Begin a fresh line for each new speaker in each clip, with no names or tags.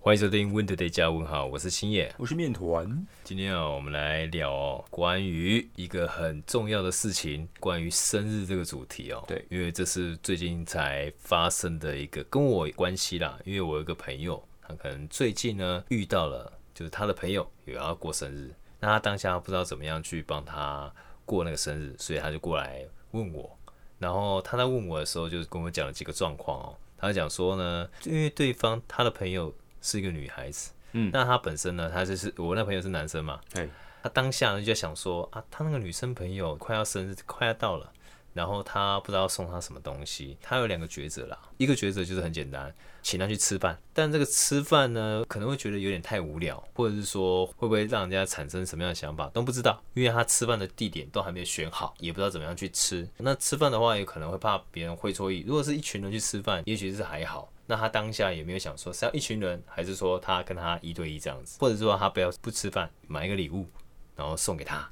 欢迎收听《Win Today 加问号》，我是星野。
我是面团，
今天啊，我们来聊、哦、关于一个很重要的事情，关于生日这个主题哦。
对
因为这是最近才发生的一个跟我有关系啦，因为我有一个朋友，他可能最近呢遇到了，就是他的朋友有要过生日，那他当下不知道怎么样去帮他过那个生日，所以他就过来问我，然后他在问我的时候，就是跟我讲了几个状况哦。他讲说呢，因为对方他的朋友是一个女孩子，
嗯
那他本身呢，他就是我那朋友是男生嘛，
哎，
他当下呢就在想说啊，他那个女生朋友快要生日，快要到了，然后他不知道送她什么东西，他有两个抉择啦，一个抉择就是很简单，请她去吃饭，但这个吃饭呢，可能会觉得有点太无聊，或者是说会不会让人家产生什么样的想法都不知道，因为他吃饭的地点都还没有选好，也不知道怎么样去吃。那吃饭的话，也可能会怕别人会错意，如果是一群人去吃饭，也许是还好。那他当下也没有想说是要一群人，还是说他跟他一对一这样子，或者说他不要不吃饭，买一个礼物，然后送给他。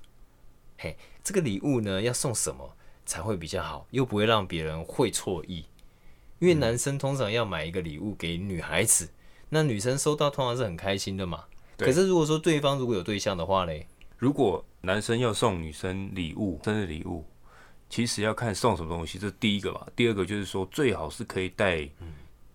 嘿，这个礼物呢要送什么才会比较好，又不会让别人会错意？因
嗯
为男生通常要买一个礼物给女孩子，那女生收到通常是很开心的嘛。
对
可是如果说对方如果有对象的话嘞，
如果男生要送女生礼物，生日礼物，其实要看送什么东西，这是第一个嘛。第二个就是说，最好是可以带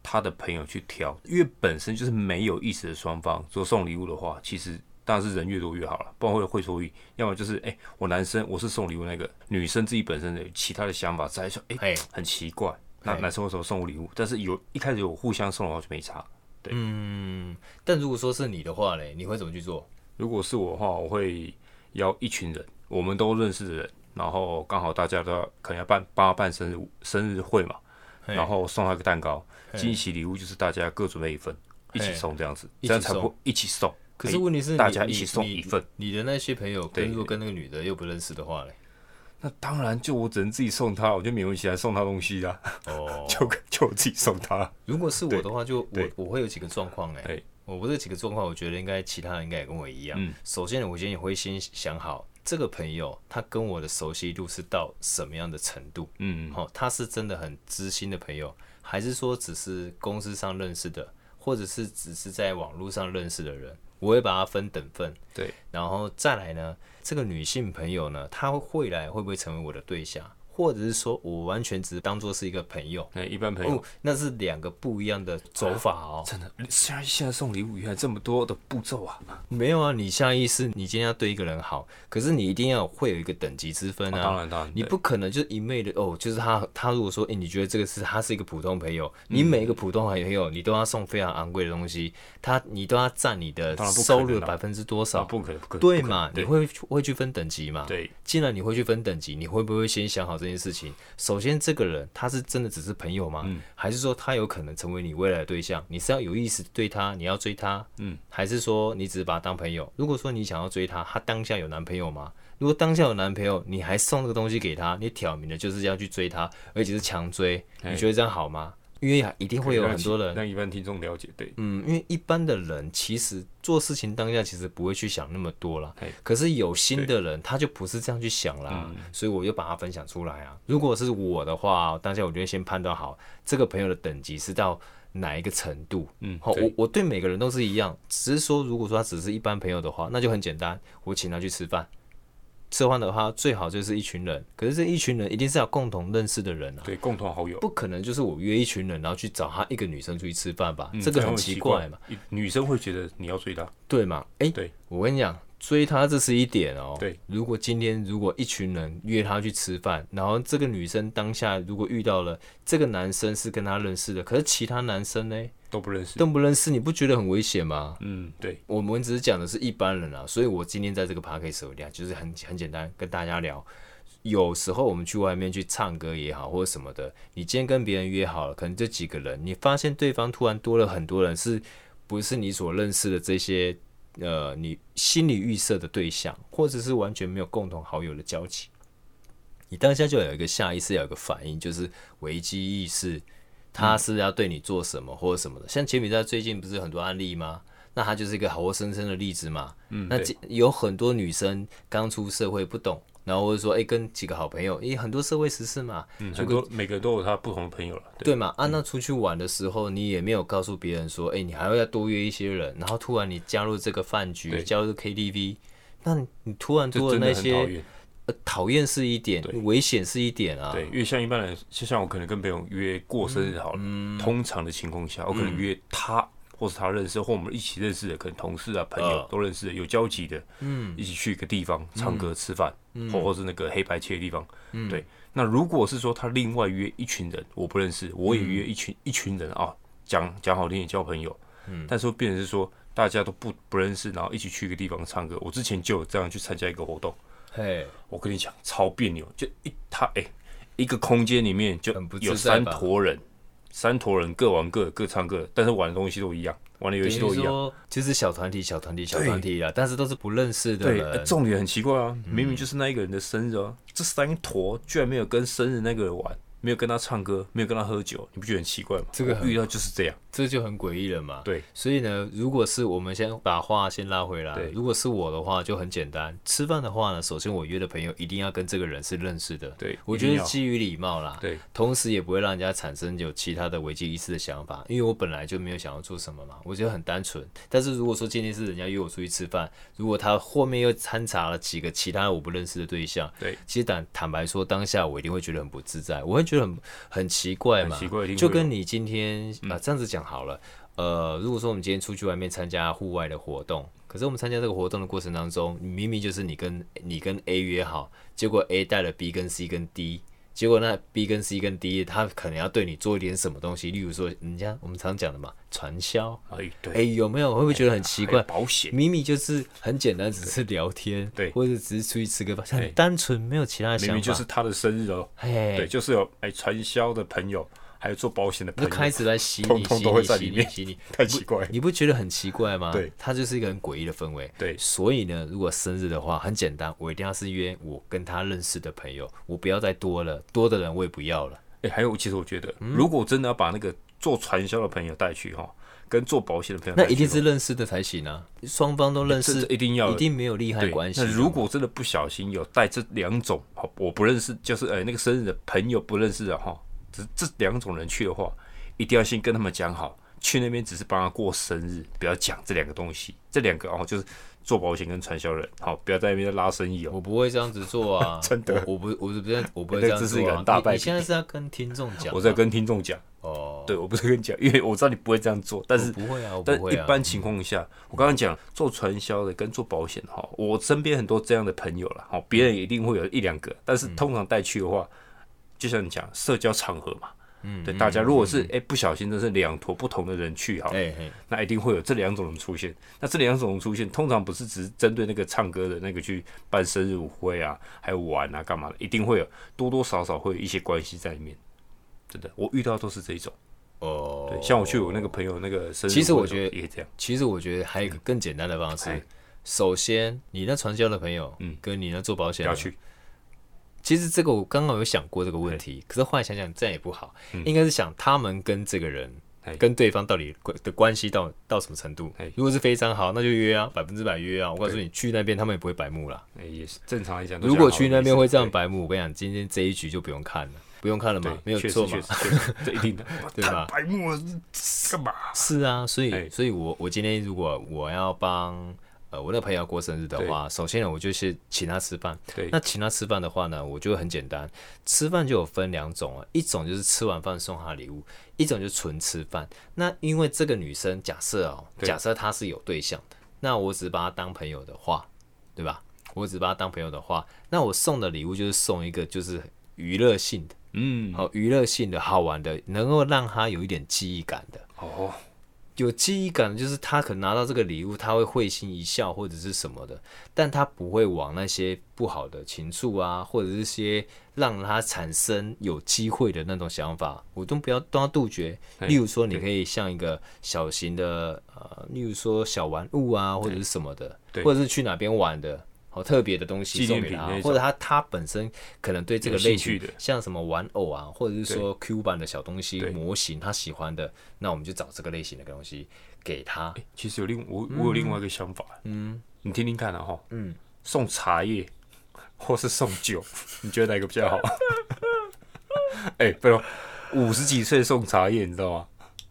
他的朋友去挑，因为本身就是没有意思的双方，说送礼物的话，其实当然是人越多越好了，不然会会说意。要么就是哎、我男生我是送礼物那个，女生自己本身的有其他的想法，再说哎、
哎，
很奇怪，那
嘿
男生为什么送我礼物？但是有一开始有互相送的话就没差。
嗯，但如果说是你的话嘞，你会怎么去做？
如果是我的话，我会邀一群人，我们都认识的人，然后刚好大家都要可能要办帮他办生日生日会嘛，
嘿
然后送他一个蛋糕，
嘿
惊喜礼物就是大家各准备一份，一起送这样子，
一起
这样才不
送
会一起送。
可是问题是你，
大家一起
你
送
你
一份
你的那些朋友跟
对
如果跟那个女的又不认识的话嘞，
那当然，就我只能自己送他，我就勉为其难送他东西啦，
哦，
就就我自己送他。
如果是我的话，就我
对
我会有几个状况哎
哎，
我我这几个状况，我觉得应该其他人应该也跟我一样。
嗯
首先，我今天也会先想好这个朋友他跟我的熟悉度是到什么样的程度，
嗯，
哦，他是真的很知心的朋友，还是说只是公司上认识的，或者是只是在网络上认识的人，我会把它分等份。
对，
然后再来呢，这个女性朋友呢，她会来会不会成为我的对象，或者是说我完全只当做是一个朋友？
那一般朋友
哦，那是两个不一样的走法哦。
真的，虽然现在送礼物原来这么多的步骤啊，
没有啊，你下意识你今天要对一个人好，可是你一定要有会有一个等级之分啊。
啊当然当然
你不可能就一昧的哦，就是他他如果说，哎、你觉得这个是他是一个普通朋友，
嗯
你每一个普通朋友你都要送非常昂贵的东西，他你都要占你的
当然不可能
收
啊
入的百分之多少？
啊不可能，不可能，
对啊
不可能
嘛？你
对
会去会去分等级嘛？。
对，
既然你会去分等级，你会不会先想好这件事情？首先，这个人他是真的只是朋友吗？还是说他有可能成为你未来的对象？你是要有意识对他，你要追他，嗯，还是说你只是把他当朋友？如果说你想要追他，他当下有男朋友吗？如果当下有男朋友，你还送这个东西给他，你挑明了就是要去追他，而且是强追，你觉得这样好吗？因为一定会有很多人
让一般听众了解，对，
嗯，因为一般的人其实做事情当下其实不会去想那么多啦
嘿。
可是有心的人他就不是这样去想啦，所以我就把它分享出来啊。如果是我的话，当下我就会先判断好这个朋友的等级是到哪一个程度。
嗯
好，
对
我我对每个人都是一样，只是说如果说他只是一般朋友的话，那就很简单，我请他去吃饭。吃饭的话，最好就是一群人，可是这一群人一定是要共同认识的人啊。
对，共同好友，
不可能就是我约一群人，然后去找他一个女生出去吃饭吧？
嗯
这个很奇怪嘛，
一，女生会觉得你要追她，
对嘛？哎、
对
我跟你讲，追她这是一点哦、
对，
如果今天如果一群人约她去吃饭，然后这个女生当下如果遇到了这个男生是跟她认识的，可是其他男生呢
都不认识。
都不认识，你不觉得很危险吗？
嗯，对，
我们只是讲的是一般人啊，所以我今天在这个 p a c k a g e 里啊，就是很很简单跟大家聊。有时候我们去外面去唱歌也好，或者什么的，你今天跟别人约好了，可能这几个人，你发现对方突然多了很多人，是不是你所认识的这些呃，你心理预设的对象，或者是完全没有共同好友的交集，你当下就有一个下意识，有一个反应，就是危机意识，他是要对你做什么或者什么的。像柬埔寨最近不是很多案例吗？那他就是一个活生生的例子嘛。
嗯，
那
对
这有很多女生刚出社会不懂，然后或者说，哎、跟几个好朋友，因为很多社会时事嘛，
嗯，很多每个都有他不同的朋友了，对，嗯
对嘛？啊，那出去玩的时候，你也没有告诉别人说，哎、你还要再多约一些人，然后突然你加入这个饭局，
对
加入 KTV，那你你突然
这
做
真的
那
很讨
些
厌。
呃讨厌是一点，危险是一点啊。
对，因为像一般人，就像我可能跟朋友约过生日好了，通常的情况下，我可能约他，或是他认识，或我们一起认识的，可能同事啊、朋友
嗯
都认识的，有交集的，嗯，一起去一个地方唱歌、吃饭，或或是那个黑白切的地方，对。那如果是说他另外约一群人，我不认识，我也约一群、一群人啊，讲讲好听也交朋友，嗯，但是变成是说大家都不不认识，然后一起去一个地方唱歌。我之前就有这样去参加一个活动。
嘿，
我跟你讲，超别扭，就一他哎、一个空间里面就
很不自
有
在
三
吧
坨人，三坨人各玩各的，各唱各的，但是玩的东西都一样，玩的游
等于
戏都一样。
说就是小团体、小团体、小
对
团体啊，但是都是不认识的
对，
人。
呃重点很奇怪
嗯
啊，明明就是那一个人的生日啊，这三坨居然没有跟生日那个人玩，没有跟他唱歌，没有跟他喝酒，你不觉得很奇怪吗？
这个
我
很啊
遇到就是这样，
这就很诡异了嘛。
对，
所以呢，如果是我们先把话先拉回来
对，
如果是我的话，就很简单。吃饭的话呢，首先我约的朋友一定要跟这个人是认识的。
对
我
一
觉
定
得
要
基于礼貌啦，
对，
同时也不会让人家产生有其他的危机意识的想法，因为我本来就没有想要做什么嘛，我觉得很单纯。但是如果说今天是人家约我出去吃饭，如果他后面又掺杂了几个其他我不认识的对象，
对，
其实坦坦白说，当下我一定会觉得很不自在，我会觉得很很奇怪嘛，
很奇怪一定会嗯
就跟你今天啊、呃这样子讲好了，呃，如果说我们今天出去外面参加户外的活动，可是我们参加这个活动的过程当中，明明就是你跟你跟 A 约好，结果 A 带了 B 跟 C 跟 D。结果那 B 跟 C 跟 D，他可能要对你做一点什么东西，例如说人家我们常讲的嘛，传销。
哎，对，
哎，有没有会不会觉得很奇
还
怪
有？保险，
明明就是很简单，只是聊天，
对
或者只是出去吃个饭，
对
很单纯，没有其他的想法，
明明就是他的生日哦，
哎，
对，就是有哎传销的朋友，还有做保险的朋
就
友，
开始来洗
通
你，
通
洗
都会
你，
在
洗
里
你，
面
洗你，
太奇怪了，
你不觉得很奇怪吗？
对
它就是一个很诡异的氛围。
对
所以呢，如果生日的话，很简单，我一定要是约我跟他认识的朋友，我不要再多了，多的人我也不要了。
哎、还有，其实我觉得，
嗯
如果真的要把那个做传销的朋友带去哈，跟做保险的朋友带
那
去
一
齁，
定是认识的才行啊，双方都认
这
识，
这一定要
一定没有利害
对
关系的
那
嘛。
如果真的不小心有带这两种，好，我不认识，就是哎、那个生日的朋友不认识的哈，只这两种人去的话，一定要先跟他们讲好，去那边只是帮他过生日，不要讲这两个东西，这两个哦就是做保险跟传销人，好，不要在那边拉生意哦。
我不会这样子做啊，
真的
我，我不，我是不是我不会这
那
样做、啊。
这是一个很大败
你。你
笔
现在是要跟听众讲吗，
我在跟听众讲，
哦，
对我不是跟你讲，因为我知道你不会这样做，但是
我不会啊，我
但
不会
一
啊。
般情况下，我刚刚讲做传销的跟做保险的哈，我身边很多这样的朋友了
嗯
哈，别人也一定会有一两个，但是通常带去的话，就像你讲社交场合嘛，嗯，对，大家如果是哎、不小心，真是两坨不同的人去哈，
哎嘿，
那一定会有这两种人出现。那这两种人出现，通常不是只是针对那个唱歌的那个去办生日舞会啊，还有玩啊干嘛的，一定会有多多少少会有一些关系在里面。真的，我遇到都是这一种，
哦，
对，像我去我那个朋友那个生日舞会的时候，
其实我觉得嗯
也这样，
其实我觉得还有一个更简单的方式。
哎
首先，你那传销的朋友，
嗯
跟你那做保
不
险
要
的，
去。
其实这个我刚刚有想过这个问
嗯
题，可是后来想想这样也不好，应该是想他们跟这个人
哎。
跟对方到底关的关系到到什么程度
哎？
如果是非常好，那就约啊，百分之百约啊！我告诉你，去那边他们也不会白目啦。
哎，也是正常来讲。
如果去那边会这样，白目，我跟你讲，今天这一局就不用看了，不用看了
对
嘛，，没有
确实
错嘛
确。实确实这一 定的，
对吧
太白目了，干嘛？
是啊，所以
哎
所以我我今天如果我要帮呃我那朋友过生日的话，首先呢我就是请他吃饭。
对嗯
那请他吃饭的话呢，我就很简单，吃饭就有分两种啊，一种就是吃完饭送他礼物，一种就是纯吃饭。那因为这个女生假设哦，
对
假设她是有对象的，那我只把她当朋友的话，对吧？我只把她当朋友的话，那我送的礼物就是送一个就是娱乐性的，
嗯，
好娱乐性的好玩的，能够让她有一点记忆感的。
哦，
有记忆感，就是他可能拿到这个礼物，他会会心一笑或者是什么的，但他不会往那些不好的情愫啊，或者是些让他产生有机会的那种想法，我都不要都要杜绝。
哎
例如说，你可以像一个小型的呃，例如说小玩物啊，或者是什么的，
对
或者是去哪边玩的，好特别的东西
纪
送
念
给
品
他
那，
或者他他本身可能对这个
有兴
类型
趣的
像什么玩偶啊，或者是说 Q 版的小东西
对
模型他喜欢的，那我们就找这个类型的东西给他。
其实有另我我有另外一个想法，嗯，你听听看啊哈，嗯，送茶叶或是送酒，你觉得哪个比较好？ 哎、不能五十几岁送茶叶，你知道吗？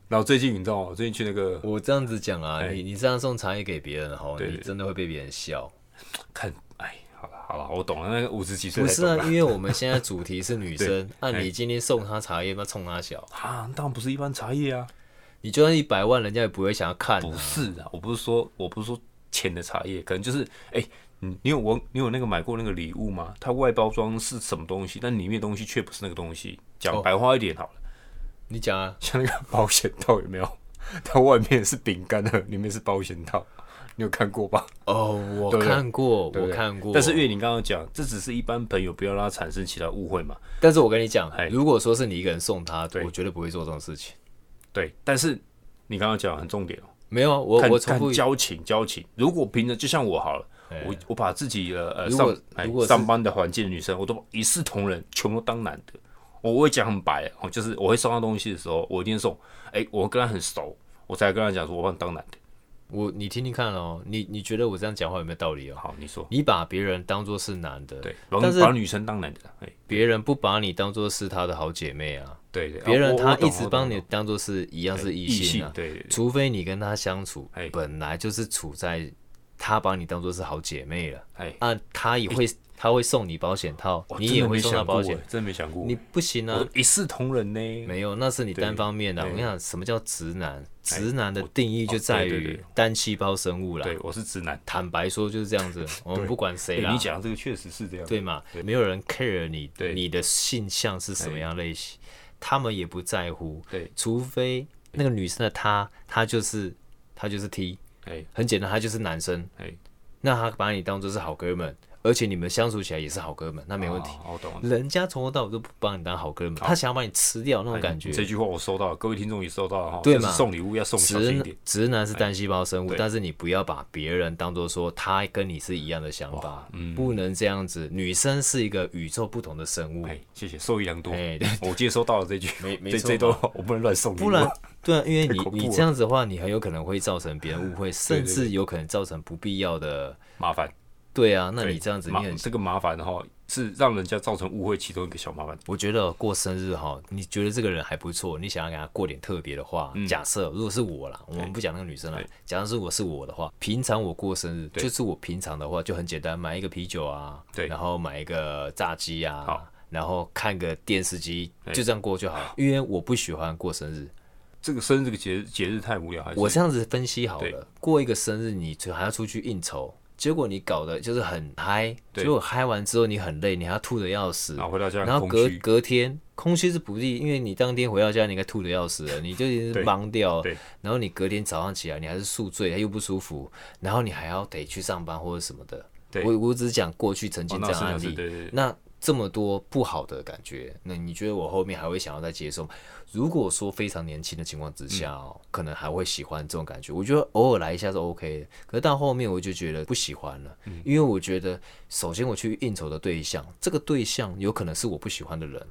然后最近你知道吗？我最近去那个
我这样子讲啊，
哎
你你这样送茶叶给别人哈，
对
你
对
真的会被别人笑。
看，哎，好了好了，我懂了，那个五十几岁
不
才
是
哎懂
啊
了，
因为我们现在主题是 女生，那、
哎
你今天送她茶叶，那冲她小，
啊，当然不是一般茶叶啊，
你就算一百万，人家也不会想要看、
不
啊。
是啊，我不是说我不是说浅的茶叶，可能就是哎、你你有我你有那个买过那个礼物吗？它外包装是什么东西，但里面的东西却不是那个东西。
哦
讲白话一点好了，
你讲啊，
像那个 保险套有没有？它外面是饼干的，里面是保险套，你有看过吧？
哦，我
对不对
看过，
对不
我
对
看过，
但是因为你刚刚讲，这只是一般朋友，不要让他产生其他误会嘛。
但是我跟你讲
哎，
如果说是你一个人送他，
对
我绝对不会做这种事情。
对，但是你刚刚讲很重点哦、
没有啊，我
看
我重
看
复一，
交情交情。如果凭着就像我好了，
哎
我我把自己的呃
如果
上哎
如果是
上班的环境的女生，我都一视同仁，全部都当男的。我会讲很白哦，就是我会送她东西的时候，我一定送。哎、我跟她很熟，我才跟她讲说，我帮你当男的。
我你听听看哦，你你觉得我这样讲话有没有道理哦？
好，你说
你把别人当做是男的，
对，把
但是
把女生当男的，哎、
别人不把你当做是他的好姐妹啊，
对对，啊
别人
我
他
我懂
一直
我懂
帮
我
你
懂哎
当做是一样是异
异
性啊，
对对对，
除非你跟他相处
哎
本来就是处在他把你当做是好姐妹了，
哎，
啊，他也会他会送你保险套，
我
你
真
也
的没
会送他
想
保
过
险
哎，真的没想过，
你不行啊
我，一视同仁呢。
没有，那是你单方面啊的。我
对哎
跟你讲，什么叫直男？直男的定义就
哦
在
对对
于
对
单细胞生物啦。
对，我是直男。
坦白说就是这样 子，我们不管谁
哎
啦
你，讲的这个确实是这样。
对嘛？没有人 care 你
对
你的性向是什么样类型，他们也不在乎，
对，
除非那个女生的她，她就是她就是 T，
哎
很简单，她就是男生，
哎，
那她把你当做是好哥们，而且你们相处起来也是好哥们，那没问题。
哦，我懂。了。
人家从头到尾都不把你当好哥们，他想要把你吃掉那种感觉
哎。这句话我收到了，各位听众也收到了哈。
对
但是
嘛
送礼物要送小心一点哎
直。直男是单细胞生物，
对
但是你不要把别人当做说他跟你是一样的想法，不能这样子。女生是一个宇宙不同的生物，
哎，谢谢，受益良多。
哎对
我接收到了这句，
没没
这
错
这段
嘛
话我不能乱送礼物。
不然对啊，因为
太
你
恐怖
你
了
这样子的话，你很有可能会造成别人误会，甚
对
至有可能造成不必要的。
麻烦。
对啊，那
对
你这样子，你
麻
很，
这个麻烦哈，是让人家造成误会其中一个小麻烦。
我觉得哦过生日哈，你觉得这个人还不错，你想要给他过点特别的话，
嗯
假设如果是我啦，我们不讲那个女生啦，假设如果是我的话，平常我过生日，就是我平常的话就很简单，买一个啤酒啊，
对
然后买一个炸鸡啊
好，
然后看个电视机，就这样过就好了，因为我不喜欢过生日，
这个生日这个节节日太无聊，还是
我这样子分析好
对
了，过一个生日你还要出去应酬，结果你搞的就是很嗨，
对
结果嗨完之后你很累，你还要吐的要死
然，后回到家
然
很
后
空
隔
虚。
隔天空虚是不利，因为你当天回到家你应该吐的要死了，你就已经
对
忙掉了
对
然后你隔天早上起来你还是宿醉，又不舒服，然后你还要得去上班或者什么的。
对
我我只是讲过去曾经
哦
这
那
样
是
案
那是
例，
对对对，
那这么多不好的感觉，那你觉得我后面还会想要再接受吗？如果说非常年轻的情况之下、哦，可能还会喜欢这种感觉。我觉得偶尔来一下是 OK 的，可是到后面我就觉得不喜欢了，因为我觉得首先我去应酬的对象，这个对象有可能是我不喜欢的人。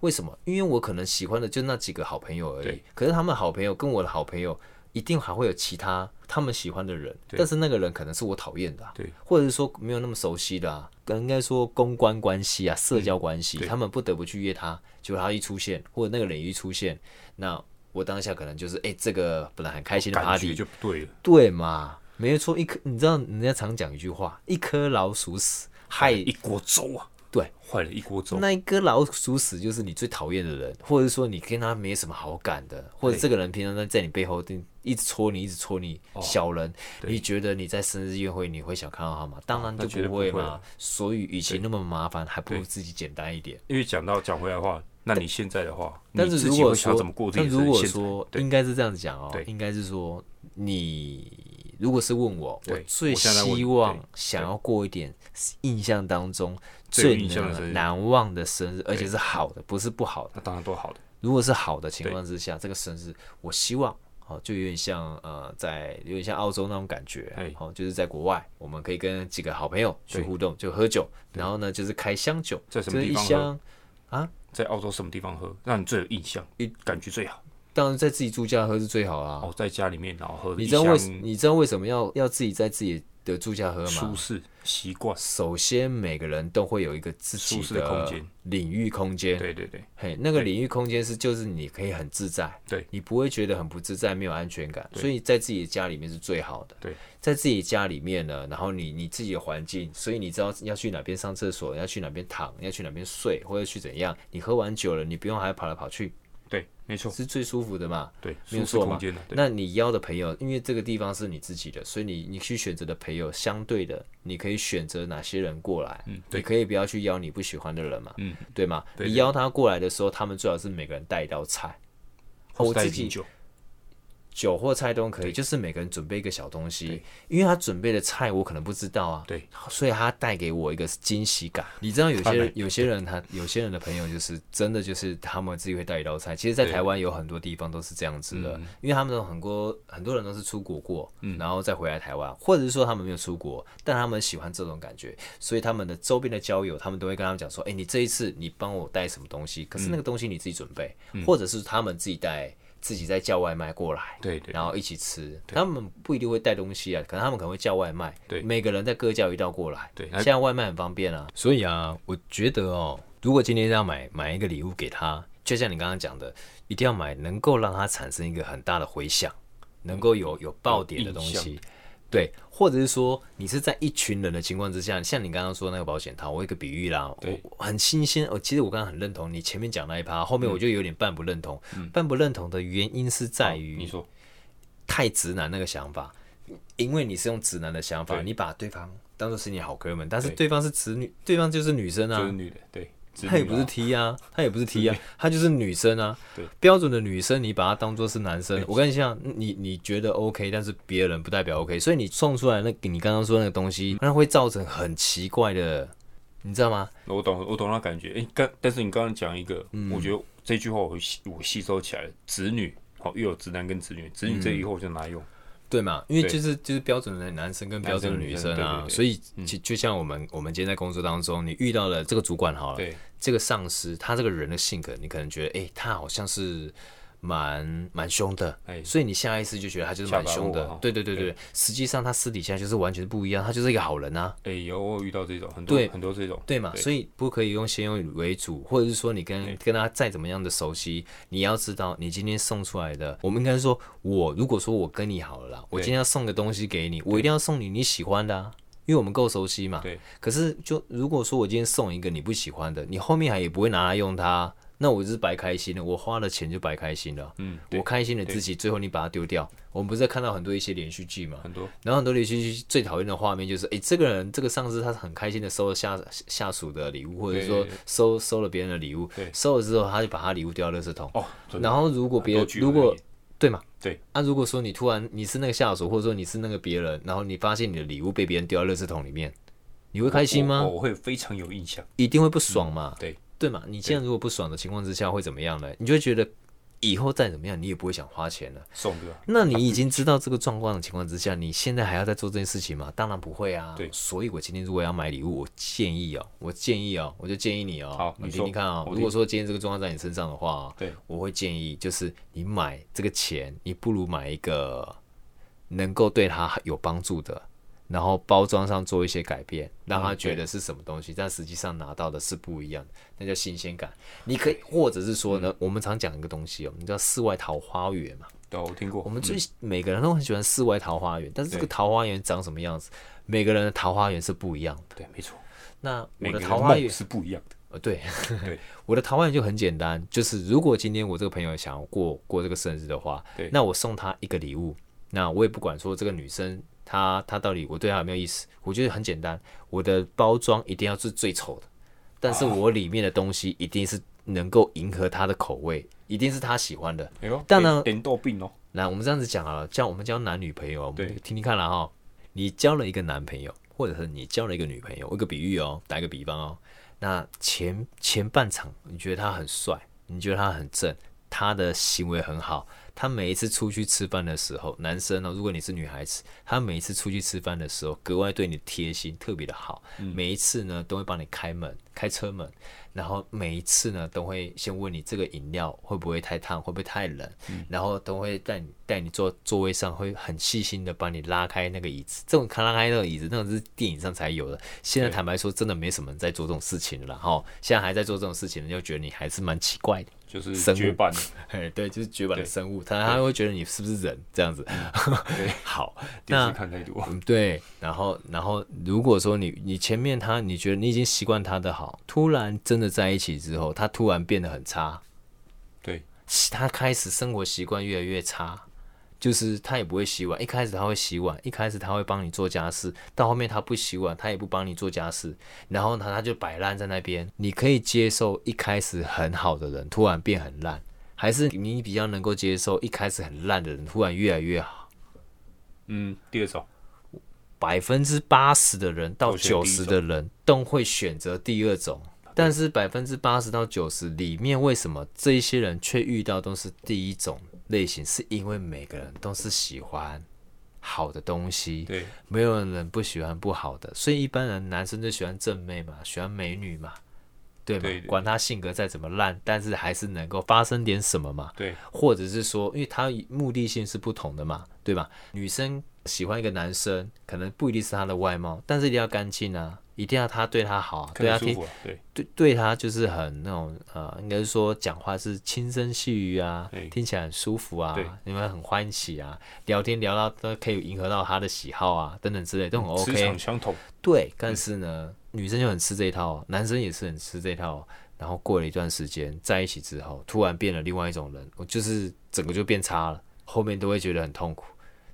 为什么？因为我可能喜欢的就那几个好朋友而已
对，
可是他们好朋友跟我的好朋友一定还会有其他他们喜欢的人，但是那个人可能是我讨厌的、啊，
对，
或者是说没有那么熟悉的啊，应该说公关关系啊、社交关系，
嗯对
他们不得不去约他，结果他一出现，或者那个人一出现，那我当下可能就是，哎、这个本来很开心的
感觉
party，
就不对了。
对嘛？没错，一颗你知道人家常讲一句话，一颗老鼠屎害
一锅粥啊，
对，
坏了一锅粥。
那一颗老鼠屎就是你最讨厌的人，或者是说你跟他没什么好感的，或者这个人平常在在你背后定一直戳你，一直戳你，
哦
小人，你觉得你在生日宴会你会想看到他吗？当然
那哦绝
就
对
不
不会
会嘛。
啊
所以，与其那么麻烦，还不如自己简单一点。
因为讲到讲回来的话，那你现在的话，
但
你
是
自
如
己
果
会想
说，
要怎么过自
但
己的
如
人
果
生？
说
对
应该是这样子讲哦
对，
应该是说你如果是问我，我
对
最
我现在在问
希
你
望
对
想要过一点印象当中
最有
最
印象的生
难
日
难忘的生日，而且是好的，不是不好的。
那当然多好的，
如果是好的情况之下，这个生日我希望哦，就有点像呃，在有点像澳洲那种感觉
哎，
哦，就是在国外，我们可以跟几个好朋友去
对
互动，就喝酒，然后呢就是开箱酒，
在什
就
么
是
地
一
方喝
箱
在澳洲什么地方喝，让你最有印象，一感觉最好。
当然在自己住家喝是最好啦。
哦，在家里面然后喝
你
一
知道为
箱
你知道为什么要要自己在自己的住家喝吗
舒？适习惯，
首先，每个人都会有一个自己
舒适的空
的
间
领域空间，
对对对，
嘿，那个领域空间是就是你可以很自在，
对
你不会觉得很不自在，没有安全感，所以在自己的家里面是最好的。
对，
在自己家里面呢，然后你你自己的环境，所以你知道要去哪边上厕所，要去哪边躺，要去哪边睡，或者去怎样。你喝完酒了，你不用还跑来跑去，
对，没错，
是最舒服的嘛。
对，
没有
舒适
错嘛
空间啊的，对，
那你邀的朋友，因为这个地方是你自己的，所以你你去选择的朋友，相对的，你可以选择哪些人过来，
嗯
你
对
可以不要去邀你不喜欢的人嘛，
嗯，
对吗？
对
你
对
邀他过来的时候，他们最好是每个人带一道菜，
或
我
是带一
自己
瓶酒，
酒或菜都可以，
对
就是每个人准备一个小东西
对，
因为他准备的菜我可能不知道啊，
对，
所以他带给我一个惊喜感。你知道有些
当
人
然
有些人他有些人的朋友就是真的就是他们自己会带一道菜，其实，在
对
台湾有很多地方都是这样子的，因为他们有很多很多人都是出国过，然后再回来台湾，或者是说他们没有出国，但他们喜欢这种感觉，所以他们的周边的交友，他们都会跟他们讲说，哎、你这一次你帮我带什么东西，可是那个东西你自己准备，或者是他们自己带。自己再叫外卖过来，
对对
然后一起吃。他们不一定会带东西啊，可能他们可能会叫外卖。
对
每个人再各叫一道过来。
对
现在外卖很方便啊。所以啊，我觉得哦，如果今天要买买一个礼物给他，就像你刚刚讲的，一定要买能够让他产生一个很大的回响，能够有嗯有爆点的东
有
西。对，或者是说你是在一群人的情况之下，像你刚刚说那个保险套，我有一个比喻啦，我
对
我很新鲜。我其实我刚刚很认同你前面讲那一趴，后面我就有点半不认同。半不认同的原因是在于
你说
太直男那个想法，因为你是用直男的想法，
对
你把对方当做是你好哥们，但是
对
对方是直女，对方就是女生
就是
啊，
女的，对，直
她也
女
不是
啊
T 啊，她也不是 T 啊，她就是女生啊
对。
标准的女生，你把她当做是男生，我跟你讲，你你觉得 OK，但是别人不代表 OK，所以你送出来那你刚刚说那个东
嗯
西，那会造成很奇怪的，你知道吗？
我懂，我懂那感觉。哎、刚但是你刚刚讲一个，
嗯
我觉得这句话我吸我吸收起来了。子女，好、又有直男跟子女，子女这
嗯
以后我就拿来用。
对嘛？因为
对
就是就是标准的男生跟标准的女生啊，
男生女生对对对嗯
所以就就像我们我们今天在工作当中，你遇到了这个主管好了，
对
这个上司他这个人的性格，你可能觉得，哎、他好像是蛮蛮凶的，
哎
所以你下意识就觉得他就是蛮凶
下
的
巴握啊，
对对对对，实际上他私底下就是完全不一样，他就是一个好人啊，
哎、有我有遇到这种很多
对
很多这种，
对嘛？所以不可以用先用为主，或者是说你跟跟他再怎么样的熟悉，你要知道你今天送出来的，我们应该说，我如果说我跟你好了啦，我今天要送个东西给你，我一定要送你你喜欢的啊，因为我们够熟悉嘛。
对。
可是就如果说我今天送一个你不喜欢的，你后面还也不会拿来用它。那我就是白开心了，我花了钱就白开心了。嗯，我开心了自己，最后你把它丢掉。我们不是看到很多一些连续剧嘛，
很多
然后很多连续剧最讨厌的画面就是，诶，这个人这个上司他是很开心的收了下下属的礼物，或者
对
说
对对
收收了别人的礼物
对，
收了之后他就把他礼物丢到垃圾桶。
哦，真的
然后如果别
很
人
多剧
如
有这
果
一点
对嘛，
对，
啊，如果说你突然你是那个下属，或者说你是那个别人，然后你发现你的礼物被别人丢到垃圾桶里面，你会开心吗？
我我我会非常有印象。
一定会不爽嘛，
嗯对
对嘛？你现在如果不爽的情况之下会怎么样呢？你就会觉得以后再怎么样你也不会想花钱了。
送对吧？
那你已经知道这个状况的情况之下，你现在还要再做这件事情吗？当然不会啊。
对
所以我今天如果要买礼物，我建议哦，我建议哦，我就建议你哦，
好
你
你
听
说
听看啊、
我
如
听
果说今天这个状况在你身上的话、哦，
对，
我会建议就是你买这个钱，你不如买一个能够对他有帮助的。然后包装上做一些改变，让他觉得是什么东西，但实际上拿到的是不一样的，那叫新鲜感。你可以，或者是说
嗯
呢，我们常讲一个东西哦，你知道世外桃花源嘛？
对啊，我听过。
我们最每个人都很喜欢世外桃花源，但是这个
对
桃花源长什么样子，每个人的桃花源是不一样的。
对，没错，
那我
每
的
个人
桃花
梦
源，
是不一样的。
呃，对，
对
我的桃花源就很简单，就是如果今天我这个朋友想要过过这个生日的话
对，
那我送他一个礼物，那我也不管说这个女生她她到底我对她有没有意思，我觉得很简单，我的包装一定要是最丑的，但
啊
是我里面的东西一定是能够迎合她的口味，一定是她喜欢的。
哎 呦，
当然
点点豆病哦，
来，我们这样子讲啊，像我们交男女朋友，我们
对
听听看啦哈。你交了一个男朋友，或者是你交了一个女朋友，我一个比喻哦，打一个比方哦。那前前半场你觉得他很帅，你觉得他很正，他的行为很好，他每一次出去吃饭的时候，男生哦，如果你是女孩子，他每一次出去吃饭的时候，格外对你贴心，特别的好。每一次呢，都会帮你开门、开车门，然后每一次呢，都会先问你这个饮料会不会太烫，会不会太冷，然后都会带你带你坐座位上，会很细心的帮你拉开那个椅子。这种拉开那个椅子，那种是电影上才有的。现在坦白说，真的没什么人在做这种事情了。哈，现在还在做这种事情，就觉得你还是蛮奇怪的。
就是
生物
绝版，
哎，对，就是绝版的
对嗯
生物，他他会觉得你是不是人这样子。 好，
电视
那
看太多，
嗯对，然后然后如果说你你前面他你觉得你已经习惯他的好，突然真的在一起之后，他突然变得很差，
对，
他开始生活习惯越来越差。就是他也不会洗碗，一开始他会洗碗，一开始他会帮你做家事，到后面他不洗碗，他也不帮你做家事，然后呢他就摆烂在那边。你可以接受一开始很好的人突然变很烂，还是你比较能够接受一开始很烂的人突然越来越好？
嗯，第二种，
百分之八十的人到
都选
九
第一
十
种
的人都会选择第二种，但是百分之八十到九十里面，为什么这一些人却遇到都是第一种类型？是因为每个人都是喜欢好的东西，
对，
没有人不喜欢不好的，所以一般人男生就喜欢正妹嘛，喜欢美女嘛，对吗？
对对
管他性格再怎么烂，但是还是能够发生点什么嘛。
对，
或者是说，因为他目的性是不同的嘛，对吧？女生喜欢一个男生，可能不一定是他的外貌，但是一定要干净啊，一定要他对他好啊，
看
对他
得舒
听
服啊，对，
对对他就是很那种呃，应该是说讲话是轻声细语啊
对，
听起来很舒服啊
对，
你们很欢喜啊，聊天聊到都可以迎合到他的喜好啊，等等之类都很
磁
OK。
场 相同，
对，但是呢，女生就很吃这一套哦，男生也是很吃这一套哦。然后过了一段时间在一起之后，突然变了另外一种人，我就是整个就变差了，后面都会觉得很痛苦。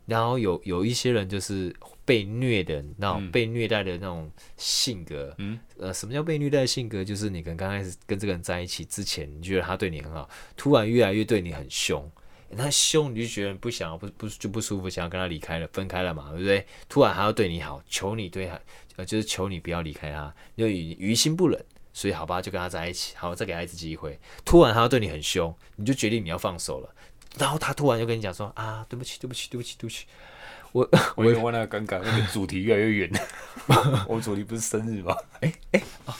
然后有有一些人就是被虐的那种、被虐待的那种性格，
嗯，
呃，什么叫被虐待的性格？就是你可能刚开始跟这个人在一起之前，你觉得他对你很好，突然越来越对你很凶，那凶你就觉得不想不不就不舒服，想要跟他离开了，分开了嘛，对不对？突然还要对你好，求你对他，呃，就是求你不要离开他，因为于于心不忍，所以好吧，就跟他在一起，好，再给他一次机会。突然他要对你很凶，你就决定你要放手了，然后他突然又跟你讲说啊，对不起，对不起，对不起，对不 起，我
我有点为那个尴尬，那个主题越来越 远。我们主题不是生日吗？哎哎，哦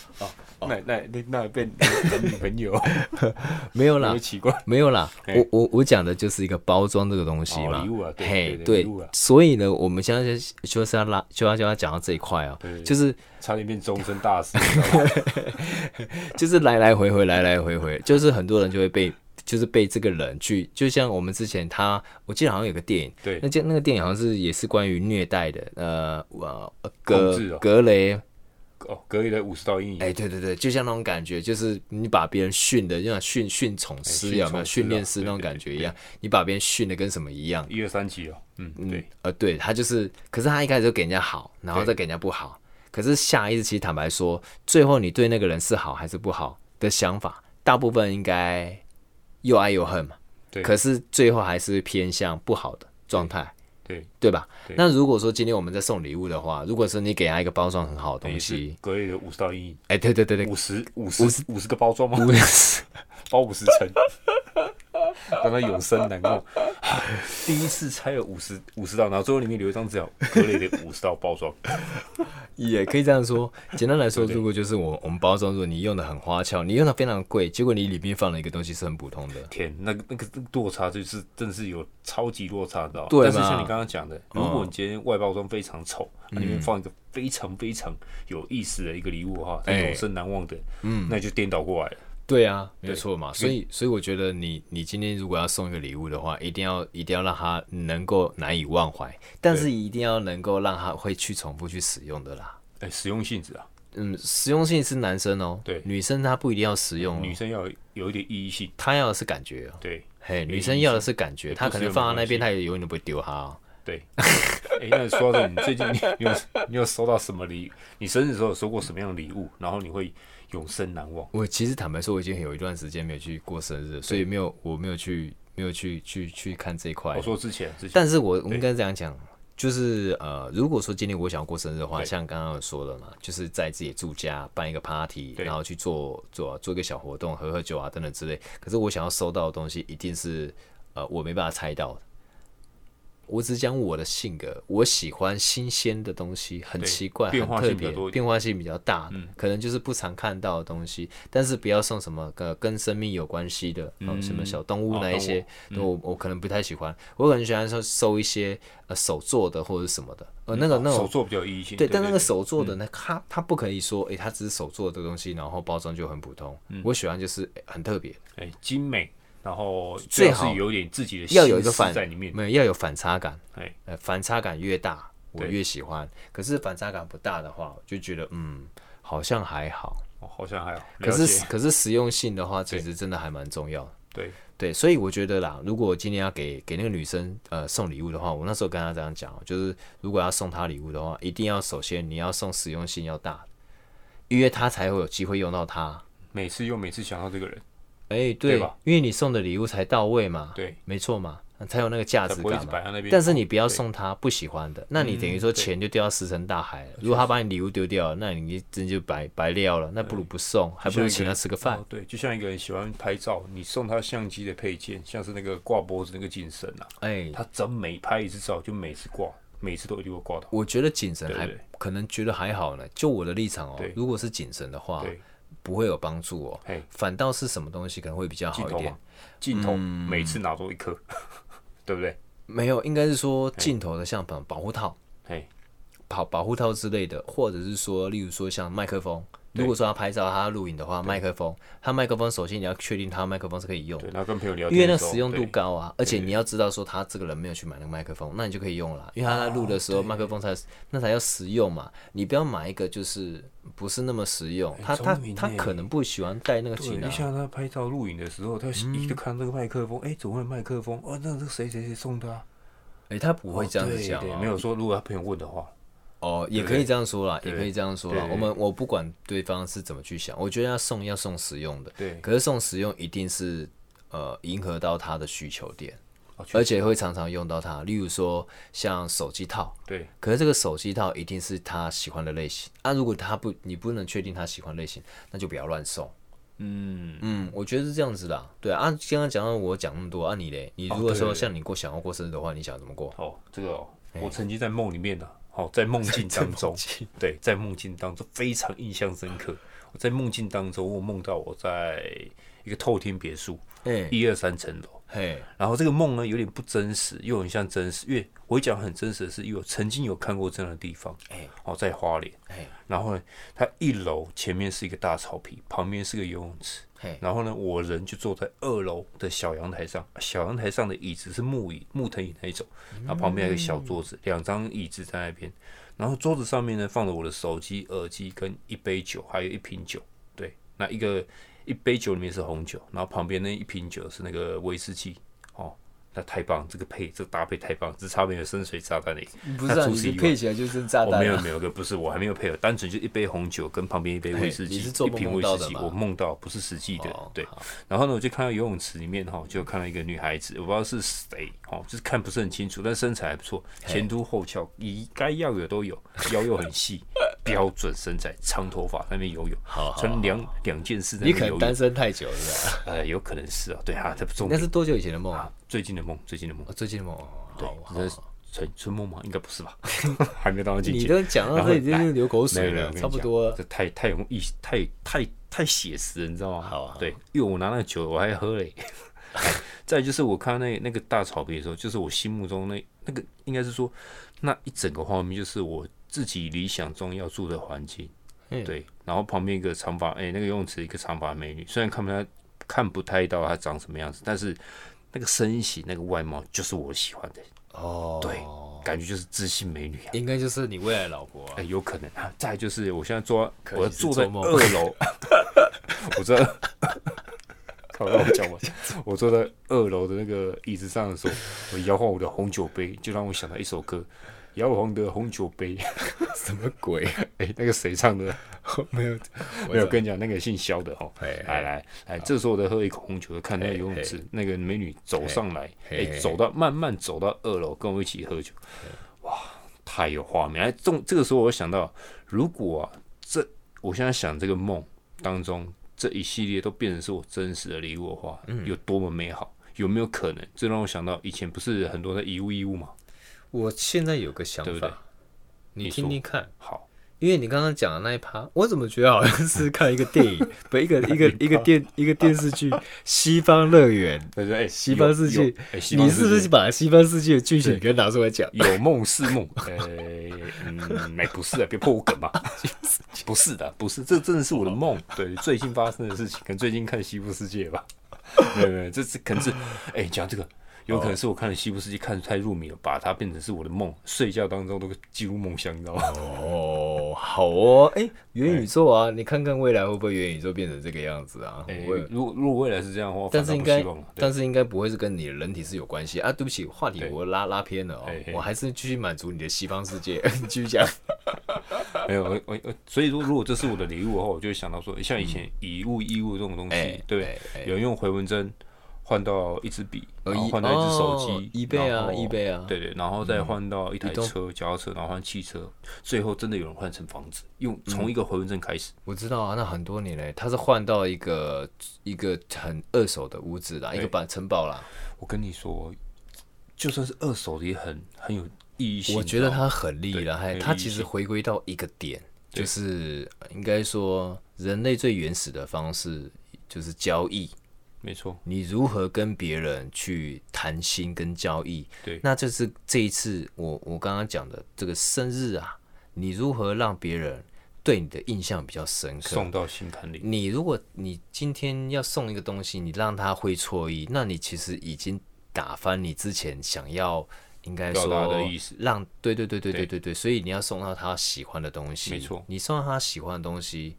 哦，那那那那变男女 朋友，
没有啦
有，奇怪。
没有啦，
嘿
我我我讲的就是一个包装这个东西
哦
嘛，
礼物啊对
嘿，
对对
对
礼物啊，
所以呢，我们现在就就是要拉，就要就要讲到这一块啊
对对，对
就是
差点变终身 大师，你知道吗
就是来来回回，来来回回，就是很多人就会被，就是被这个人去，就像我们之前他，我记得好像有个电影，
对
那，这那个电影好像是也是关于虐待的，呃，呃，格
控制哦
格雷，
哦，隔离了五十道阴影，
哎、对对对，就像那种感觉，就是你把别人训的，就像训训宠师
训
有没有
宠师啊
训练师那种
对对
感觉
对
一样，你把别人训的跟什么一样，
一二三集哦，嗯，
嗯
对，，
呃，对他就是，可是他一开始就给人家好，然后
对
再给人家不好，可是下意识，其实坦白说，最后你对那个人是好还是不好的想法，大部分应该又爱又恨嘛，
对
可是最后还是偏向不好的状态，
对，
对吧？
对
那如果说今天我们在送礼物的话，如果说你给他一个包装很好的
也
东
是
西，
隔离了五十道阴影，
哎、对对对对，
五十五十五十个包装吗？
不是，
包五十 层，让他永生难忘。第一次拆了五十五十道，然后最后里面留一张纸条，隔离了五十道包装，
也可以这样说。简单来说，如果就是我我们包装，如果你用的很花俏，你用的非常贵，结果你里面放了一个东西是很普通的，
天，那个那个那个落差就是真的是有超级落差，你知道吗？
对嘛嗯
但是像你刚刚讲的，如果你今天外包装非常丑，它里面放一个非常非常有意思的一个礼物哈，它
哎
永生难忘的，嗯，那就颠倒过来了。
对啊，没有错嘛。所以，所以我觉得你你今天如果要送一个礼物的话，一定要一定要让他能够难以忘怀，但是一定要能够让他会去重复去使用的啦。
哎、实用性质啊，
嗯，实用性是男生哦，
对
女生她不一定要实用、
女
哦，
生要有有一点意义性，
她要的是感觉哦。
对
嘿，
没
女生要的是感觉，
也不
她可能
实用没
放在那
关
边，
系
她也永远都不会丢它哦。
对。 哎、那说到这，你最近你你有你有收到什么礼？你生日的时候有收过什么样的礼物？然后你会永生难忘？
我其实坦白说，我已经有一段时间没有去过生日了，所以没有我没有去没有去去去看这一块
我。说之前之前，
但是我应该这样讲，就是呃，如果说今天我想要过生日的话，像刚刚有说的嘛，就是在自己住家办一个 party，
对
然后去做做做一个小活动，喝喝酒啊等等之类。可是我想要收到的东西，一定是呃我没办法猜到的。我只讲我的性格，我喜欢新鲜的东西，很
对
奇怪，
变
很
化
特
性比较
别
多一，点嗯
变化性比较大的，可能就是不常看到的东西。但是不要送什么呃跟生命有关系的，哦什么小动物
哦
那一
动
些
物，
对我我可能不太喜欢，我可能喜欢说收一些呃手做的或者是什么的，呃那个那
嗯哦手
种
作比较有意义性。
对，但那个手做
嗯
的呢，它它不可以说诶，它只是手做的东西，然后包装就很普通。
嗯
我喜欢就是诶很特别，
哎精美，然后
最
最好
好
是有点自己的
要有一个
心思
反
在里面。
没有要有反差感，
哎，
呃反差感越大我
对
越喜欢，可是反差感不大的话，我就觉得嗯好像还好，
哦好像还好。
可
了
是
解
可是实用性的话，其实真的还蛮重要的。
对，
对，所以我觉得啦，如果今天要给给那个女生呃送礼物的话，我那时候跟她这样讲哦，就是如果要送她礼物的话，一定要首先你要送实用性要大的，因为她才会有机会用到它。
每次又每次想到这个人，
哎、
对吧
因为你送的礼物才到位嘛，
对，
没错嘛，才有那个价
才
值
不会一
感
直
嘛。
摆在那边。哦嗯
但是你不要送她不喜欢的，那你等于说钱就掉到石沉大海了。如果她把你礼物丢掉了，那你真就白白撂了，那不如不送，还不如请她吃个饭。
哦对，就像一个人喜欢拍照，你送他相机的配件，像是那个挂脖子那个紧绳啊，
哎、
他真每拍一次照就每次挂，每次都一定会挂到。
我觉得谨慎还
对不
可能觉得还好呢。就我的立场哦
对，
如果是谨慎的话
对，
不会有帮助哦
嘿。
反倒是什么东西可能会比较
镜
好一
头
点
嘛。，镜头每次拿走一颗， 对不对？
没有，应该是说镜头的像保保护套、
嘿，
保保护套之类的，或者是说，例如说像麦克风。
对
如果说他拍照、他录影的话，麦克风，他麦克风首先你要确定他麦克风是可以用的
对，，然后跟朋友聊
因为
天
那
的时候，
使用度
对
高啊，而且你要知道说他这个人没有去买那个麦克风，那你就可以用了，因为他在录的
啊
时候麦克风才那才要实用嘛。你不要买一个就是不是那么实用，他他
哎聪明
他
耶
可能不喜欢带那个
对，
琴
就
啊。
像他拍照录影的时候，他一就看到那个麦克风，哎、怎么会有麦克风？哦，那是谁谁谁送的、啊？
哎，他不会这样子讲
对对
哦
没有说如果他朋友问的话，
哦，也可以这样说啦，也
对
可以这样说啦。
对
我们我不管对方是怎么去想，我觉得要送要送实用的，
对，
可是送实用一定是呃迎合到他的需求点，
哦确
而且会常常用到它，例如说像手机套。
对，
可是这个手机套一定是他喜欢的类型啊。如果他不，你不能确定他喜欢类型，那就不要乱送。
嗯，
嗯，我觉得是这样子啦。对啊，刚刚讲到我讲那么多啊，你嘞，你如果
对
说
哦对对
像你过想要过生日的话，你想怎么过？
哦，这个哦，我曾经在梦里面呢、啊， 哦，在梦境当中，对，在梦境当中非常印象深刻。我在梦境当中，我梦到我在一个透天别墅，
哎
一二三层楼。
嘿，
然后这个梦呢，有点不真实，又很像真实。因为我会讲很真实的是，因为我曾经有看过这样的地方，
哎
哦，在花莲，
哎
然后呢，它一楼前面是一个大草皮，旁边是个游泳池。
嘿，
然后呢，我人就坐在二楼的小阳台上，小阳台上的椅子是木椅、木藤椅那一种，然后旁边还有一个小桌子，两张椅子在那边。然后桌子上面呢放着我的手机、耳机跟一杯酒，还有一瓶酒。对，那一个一杯酒里面是红酒，然后旁边那一瓶酒是那个威士忌。哦，那太棒，这个配这个搭配太棒，只差没有深水炸弹而已。
不
是啊那除此以外你是啊配
起来就是炸
我没哦有没有个不是，我还没有配合，单纯就一杯红酒跟旁边一杯威士忌，
哎嘿你是做
一
梦
瓶
梦
威
到
士
的
忌，
吗
我梦到不是实际的，
哦
对。然后呢，我就看到游泳池里面哈，就看到一个女孩子，我不知道是谁，哦，就是看不是很清楚，但身材还不错，前凸后翘，一该要有都 有，腰又很细，标准身材，长头发，在那边游泳，
好好
穿两两件事在
你
那
可
边
能
游泳
单，身太久了是吧，
呃，有可能是啊，对啊，这不重
那
点
是多久以前的梦啊
啊？，最近的梦，最近的梦，
哦最近的梦，哦
对
好，好
那是春春梦吗？应该不是吧， 还没有到那境界。
你都讲到
然后
这已经
来
是流口
没
水
有没有
了
我，跟你
差不
讲
多了。
这太太容易，太太太写实了，你知道吗？
好啊
对，因为我拿那个酒我还喝嘞。 再就是我看到那那个大草坪的时候，就是我心目中那那个应该是说那一整个画面，就是我自己理想中要住的环境。
嗯
对，然后旁边一个长发，哎、那个游泳池一个长发美女，虽然看不太看不太到她长什么样子，但是那个身形、那个外貌就是我喜欢的，
哦，
对，感觉就是知性美女啊。
应该就是你未来老婆啊
哎、。有可能啊。再来就是，我现在坐在，
能
我
是
坐在
做梦
二楼，我坐 在，靠，让我讲完。 我坐在二楼的那个椅子上的时候，我摇晃我的红酒杯，就让我想到一首歌，摇晃的红酒杯。
什么鬼？
哎、那个谁唱的？
没有，
没有跟你讲，那个姓肖的哦。
哎
来来来，这时候我在喝一口红酒，看那个游泳池那个美女走上来，
嘿
哎
嘿，
走到慢慢走到二楼，跟我一起喝酒。哇，太有画面。哎，重这个时候我想到，如果啊，这我现在想这个梦当中这一系列都变成是我真实的礼物的话，
嗯
有多么美好？有没有可能？这让我想到以前不是很多的遗物义务吗？
我现在有个想法，
对不对
你
你
听
说
听看，
好，
因为你刚刚讲的那一趴，我怎么觉得好像是看一个电影， 不一个一个一个电一个电视 剧《西方乐园》。
对对，哎，西
西方世界，你是不是把西方世界的剧情给拿出来讲？
有梦是梦， 呃，嗯，哎，不是啊，别破我梗嘛， 不是的，不是，这真的是我的梦，对，最近发生的事情，可能最近看《西部世界》吧，没有没有，这是可能是，哎、讲这个，有可能是我看了《西部世界》看得太入迷了，把它变成是我的梦，睡觉当中都进入梦乡，你知道吗？
哦，好哦，哎、元宇宙啊，你看看未来会不会元宇宙变成这个样子啊？
哎、
我也
如果如果未来是这样的话，我
但
反
是
倒
应
不
该
希望了，，对
但是应该不会是跟你的人体是有关系啊。对不起，话题
对
我拉拉偏了哦
嘿嘿，
我还是继续满足你的西方世界， 你继续讲。
没有，我我我，所以说如果这是我的礼物的话，我就会想到说，像以前以物易物这种东西，
嗯哎
对，
哎哎
有人用回纹针换到一支笔，
哦
然后
一
换到一只手
哦
机，
eBay 啊
然后
eBay 啊
对对，然后再换到一台
移动
车、脚踏车，然后换汽车，最后真的有人换成房子，用
嗯
从一个回纹针开始，
我知道啊，那很多年嘞，他是换到一个一个很二手的屋子啦，一个板城堡啦。
我跟你说，就算是二手的也很很有意义性，
我觉得他很厉害，
对
他其实回归到一个点，
对
就是呃应该说人类最原始的方式就是交易。
没错，
你如何跟别人去谈心跟交易？
对
那这是这一次我我刚刚讲的这个生日啊，你如何让别人对你的印象比较深刻？
送到心坎里，
你如果你今天要送一个东西，你让他会错意，那你其实已经打翻你之前想要应该
表
说
达的意思
让对对对对对
对
对对，所以你要送到他喜欢的东西，
没错
你送到他喜欢的东西，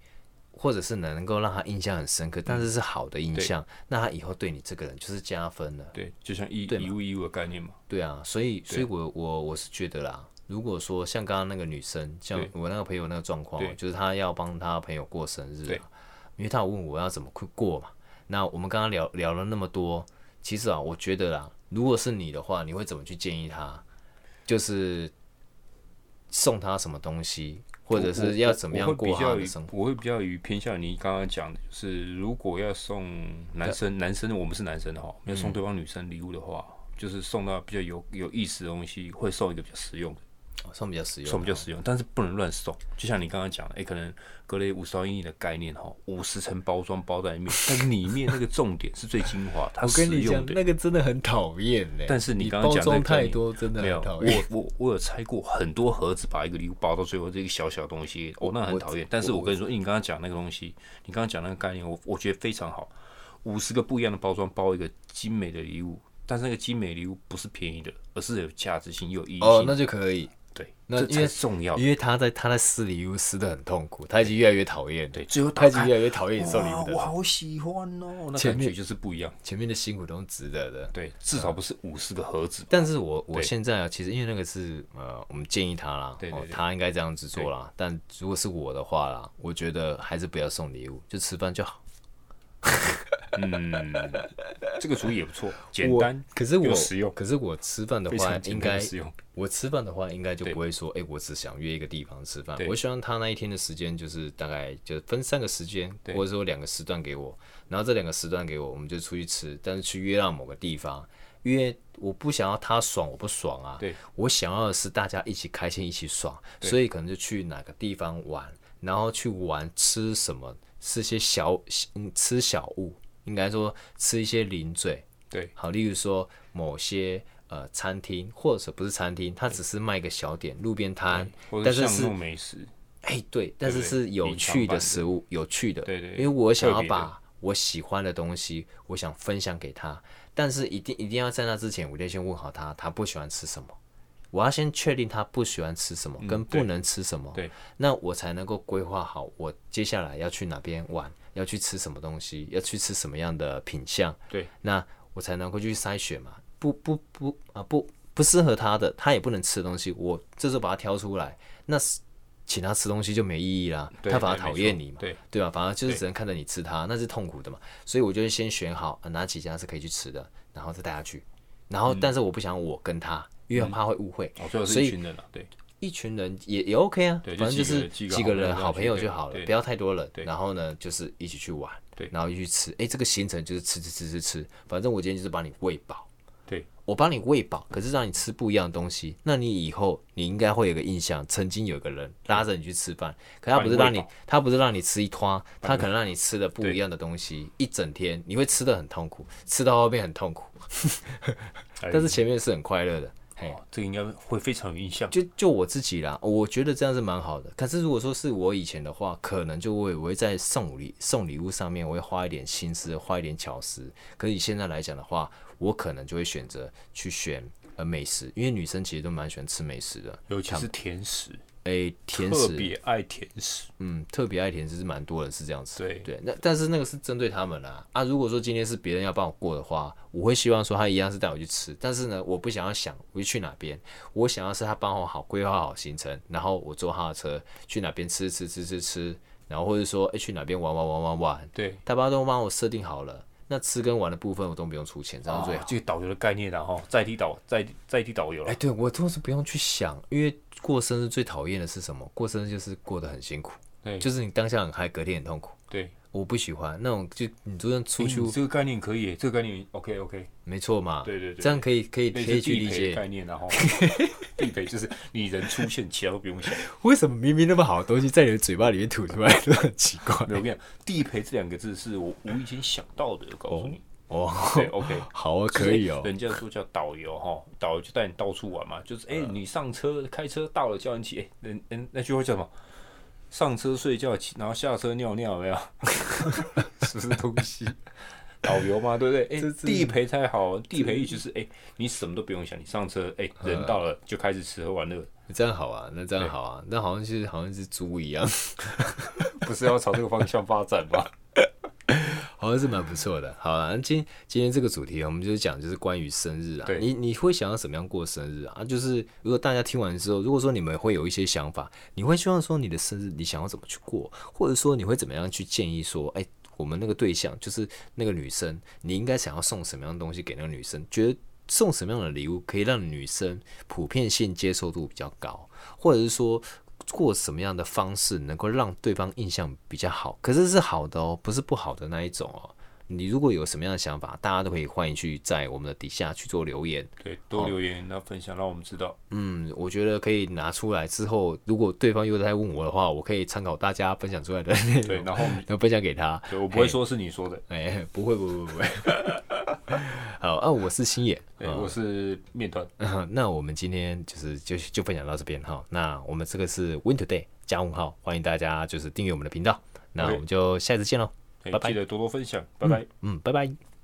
或者是能够让他印象很深刻，但是是好的印象，那他以后对你这个人就是加分了。
对，就像一
对嘛
一物一物的概念嘛，
对啊，所以所以我我我是觉得啦，如果说像刚刚那个女生，像
对
我那个朋友那个状况
对，
就是她要帮她朋友过生日、
对
啊，因为她有问我要怎么过过嘛。那我们刚刚聊聊了那么多，其实啊，我觉得啦，如果是你的话，你会怎么去建议她？就是送她什么东西，或者
我
是要怎么样过她
我会
的
比
生
较于
活？
我会比较于偏向你刚刚讲的，就是如果要送男生，男生我们是男生的哈，没
嗯
有送对方女生礼物的话，就是送到比较有有意思的东西，会送一个比较实用的，
哦送比较实用，
送比较实用，但是不能乱送。就像你刚刚讲的，哎、可能格雷五十道阴影的概念哈，五十层包装包在里面，但里面那个重点是最精华，它
我跟
实
你讲
用，的。
那个真的很讨厌呢。
但是
你
你刚刚
包
讲那
装
个概
太
念
多，真的
没有
很，讨厌。
我我我有拆过很多盒子，把一个礼物包到最后这个小小东西，哦，那很讨厌。但是我跟你说，因为你刚刚讲那个东西，你刚刚讲那个概念，我我觉得非常好。五十个不一样的包装包一个精美的礼物，但是那个精美礼物不是便宜的，而是有价值性、有意义
哦，
性。
那就可以。
对，
那
这
因为
才是重要的。
因为他在他在撕礼物撕的很痛苦，他已经越来越讨厌，
对，，最后
他
打
已经
开
越，来越讨厌你送礼
哇
物的人，
我好喜欢哦，那
前
感
面
觉就是不一样。
前面的辛苦都是值得的。
对，至少不是五十个盒子。
但是我我
对
现在啊，其实因为那个是呃，我们建议他啦，
对对
哦
对
他应该这样子做啦。但如果是我的话啦，我觉得还是不要送礼物，就吃饭就好。
嗯，这个主意也 不错，简
我
单
可是我
又实用
可是我吃饭的
非
话
常，简
应
单
该
又实用。
我吃饭的话，应该就
对
不会说，哎、我只想约一个地方吃饭。
对
我希望他那一天的时间就是大概就分三个时间，
对
或者说两个时段给我，然后这两个时段给我，我们就出去吃，但是去约到某个地方，因为我不想要他爽，我不爽啊。
对，
我想要的是大家一起开心，一起爽，所以可能就去哪个地方玩，然后去玩吃什么，吃些小嗯吃小物，应该说吃一些零嘴，
对，
好，例如说某些呃餐厅，或者不是餐厅，它只是卖个小点，路边摊，
或者
但是
像那
是
种美食，
哎对，但是
对
是有
隐藏
趣
版
的
的
食物，有趣的，
对对
因为我想
特
要
别的
把我喜欢的东西，我想分享给他，但是一定一定要在那之前，我得先问好他，他不喜欢吃什么。我要先确定他不喜欢吃什么，跟不
嗯对
能吃什么，
对
那我才能够规划好我接下来要去哪边玩，要去吃什么东西，要去吃什么样的品相，
对，
那我才能够去筛选嘛。不不不啊不不适合他的，他也不能吃的东西，我这时候把他挑出来，那是请他吃东西就没意义啦，
对
他反而
对
讨
没
厌
错
你嘛，
对
对吧？反而就是
对
只能看着你吃它，那是痛苦的嘛。所以我就会先选好、啊、哪几家是可以去吃的，然后再带他去。然后，但是我不想我跟他，因为怕会误会。
嗯哦，最后
所
是
以
一群人了、对，
一群人也也 OK 啊，
对就
反正就
几个
是
人几个
几
好
个
朋友
人
这
好
样去
朋友
对
就好了
对，
不要太多人。
对
然后呢，就是一起去玩，
对
然后一起去吃。哎，这个行程就是吃吃吃吃吃，反正我今天就是把你喂饱，
对，
我把你喂饱，可是让你吃不一样的东西，那你以后你应该会有个印象，曾经有个人拉着你去吃饭，可他
把
不
你
是让
喂
你
饱，
他不是让你吃一坨，他可能让你吃的不一样的东西，一整天你会吃的很痛苦，吃到后面很痛苦，
但
但是前面是很快乐的。嘿，
哦，这个应该会非常有印象。
就就我自己啦，我觉得这样是蛮好的。可是如果说是我以前的话，可能就会我会在送礼送礼物上面，我会花一点心思，花一点巧思。可是以现在来讲的话，我可能就会选择去选呃美食，因为女生其实都蛮喜欢吃美食的。
尤其是甜食，
诶，甜
特
食，
别爱甜食。
嗯，特别爱甜食是蛮多人是这样子。
对
对，那但是那个是针对他们啦、啊。如果说今天是别人要帮我过的话，我会希望说他一样是带我去吃，但是呢，我不想要想我去哪边，我想要是他帮我好规划好行程，然后我坐他的车去哪边吃吃吃吃吃，然后或者说哎、诶去哪边玩玩玩玩玩，
对，
他帮都帮我设定好了，那吃跟玩的部分我都不用出钱，这样最好。
哦这个导游的概念然后在地导在在地导游
哎、
了。
对我都是不用去想，因为过生日最讨厌的是什么？过生日就是过得很辛苦，
对
就是你当下很嗨，隔天很痛苦。
对，
我不喜欢那种，就你就算出
诶
去，
哎你这个概念可以耶，这个概念 OK OK，
没错嘛，
对对对
这样可以可以可
类似
以去
地
理
陪的
解，
概念 然后地陪就是你人出现，其他都不 用想。
为什么明明那么好的东西在你的嘴巴里面吐出来 都很奇怪
没有，我跟你讲，地陪这两个字是我无意间想到的，我告诉你。
哦，
对，OK，
好啊，
就是
可以哦，
人家说叫导游哈，导游就带你到处玩嘛，就是哎、你上车开车到了叫人起，哎、人人那句话叫什么？上车睡觉起，然后下车尿尿，有 没有？
什么东西？
导游嘛，对不对？哎、
这是
地陪才好，地陪意思是哎、你什么都不用想，你上车，哎、人到了就开始吃喝玩乐，
这样好啊，那这样好啊，那好像是好像是猪一样，
不是要朝这个方向发展吗？
好像是蛮不错的。好了，那今今天这个主题我们就是讲就是关于生日啊，
对
你你会想要怎么样过生日啊？啊就是如果大家听完之后，如果说你们会有一些想法，你会希望说你的生日你想要怎么去过，或者说你会怎么样去建议说，哎、我们那个对象就是那个女生，你应该想要送什么样的东西给那个女生，觉得送什么样的礼物可以让女生普遍性接受度比较高，或者是说。过什么样的方式能够让对方印象比较好？可是是好的哦，不是不好的那一种哦。你如果有什么样的想法，大家都可以欢迎去在我们的底下去做留言。
对，多留言，那分享，让我们知道。
嗯，我觉得可以拿出来之后，如果对方又在问我的话，我可以参考大家分享出来的内容，
对，然后我们
然后分享给他。
对我不会说是你 说的，
哎，不会，不会，不会。 好啊，我是星野，
对，我是面团，
嗯那我们今天就是就就分享到这边哈。那我们这个是 Win Today 加问号，欢迎大家就是订阅我们的频道。那
OK
我们就下次见喽，
哎
拜拜
记得多多分享，拜拜。
嗯，拜拜。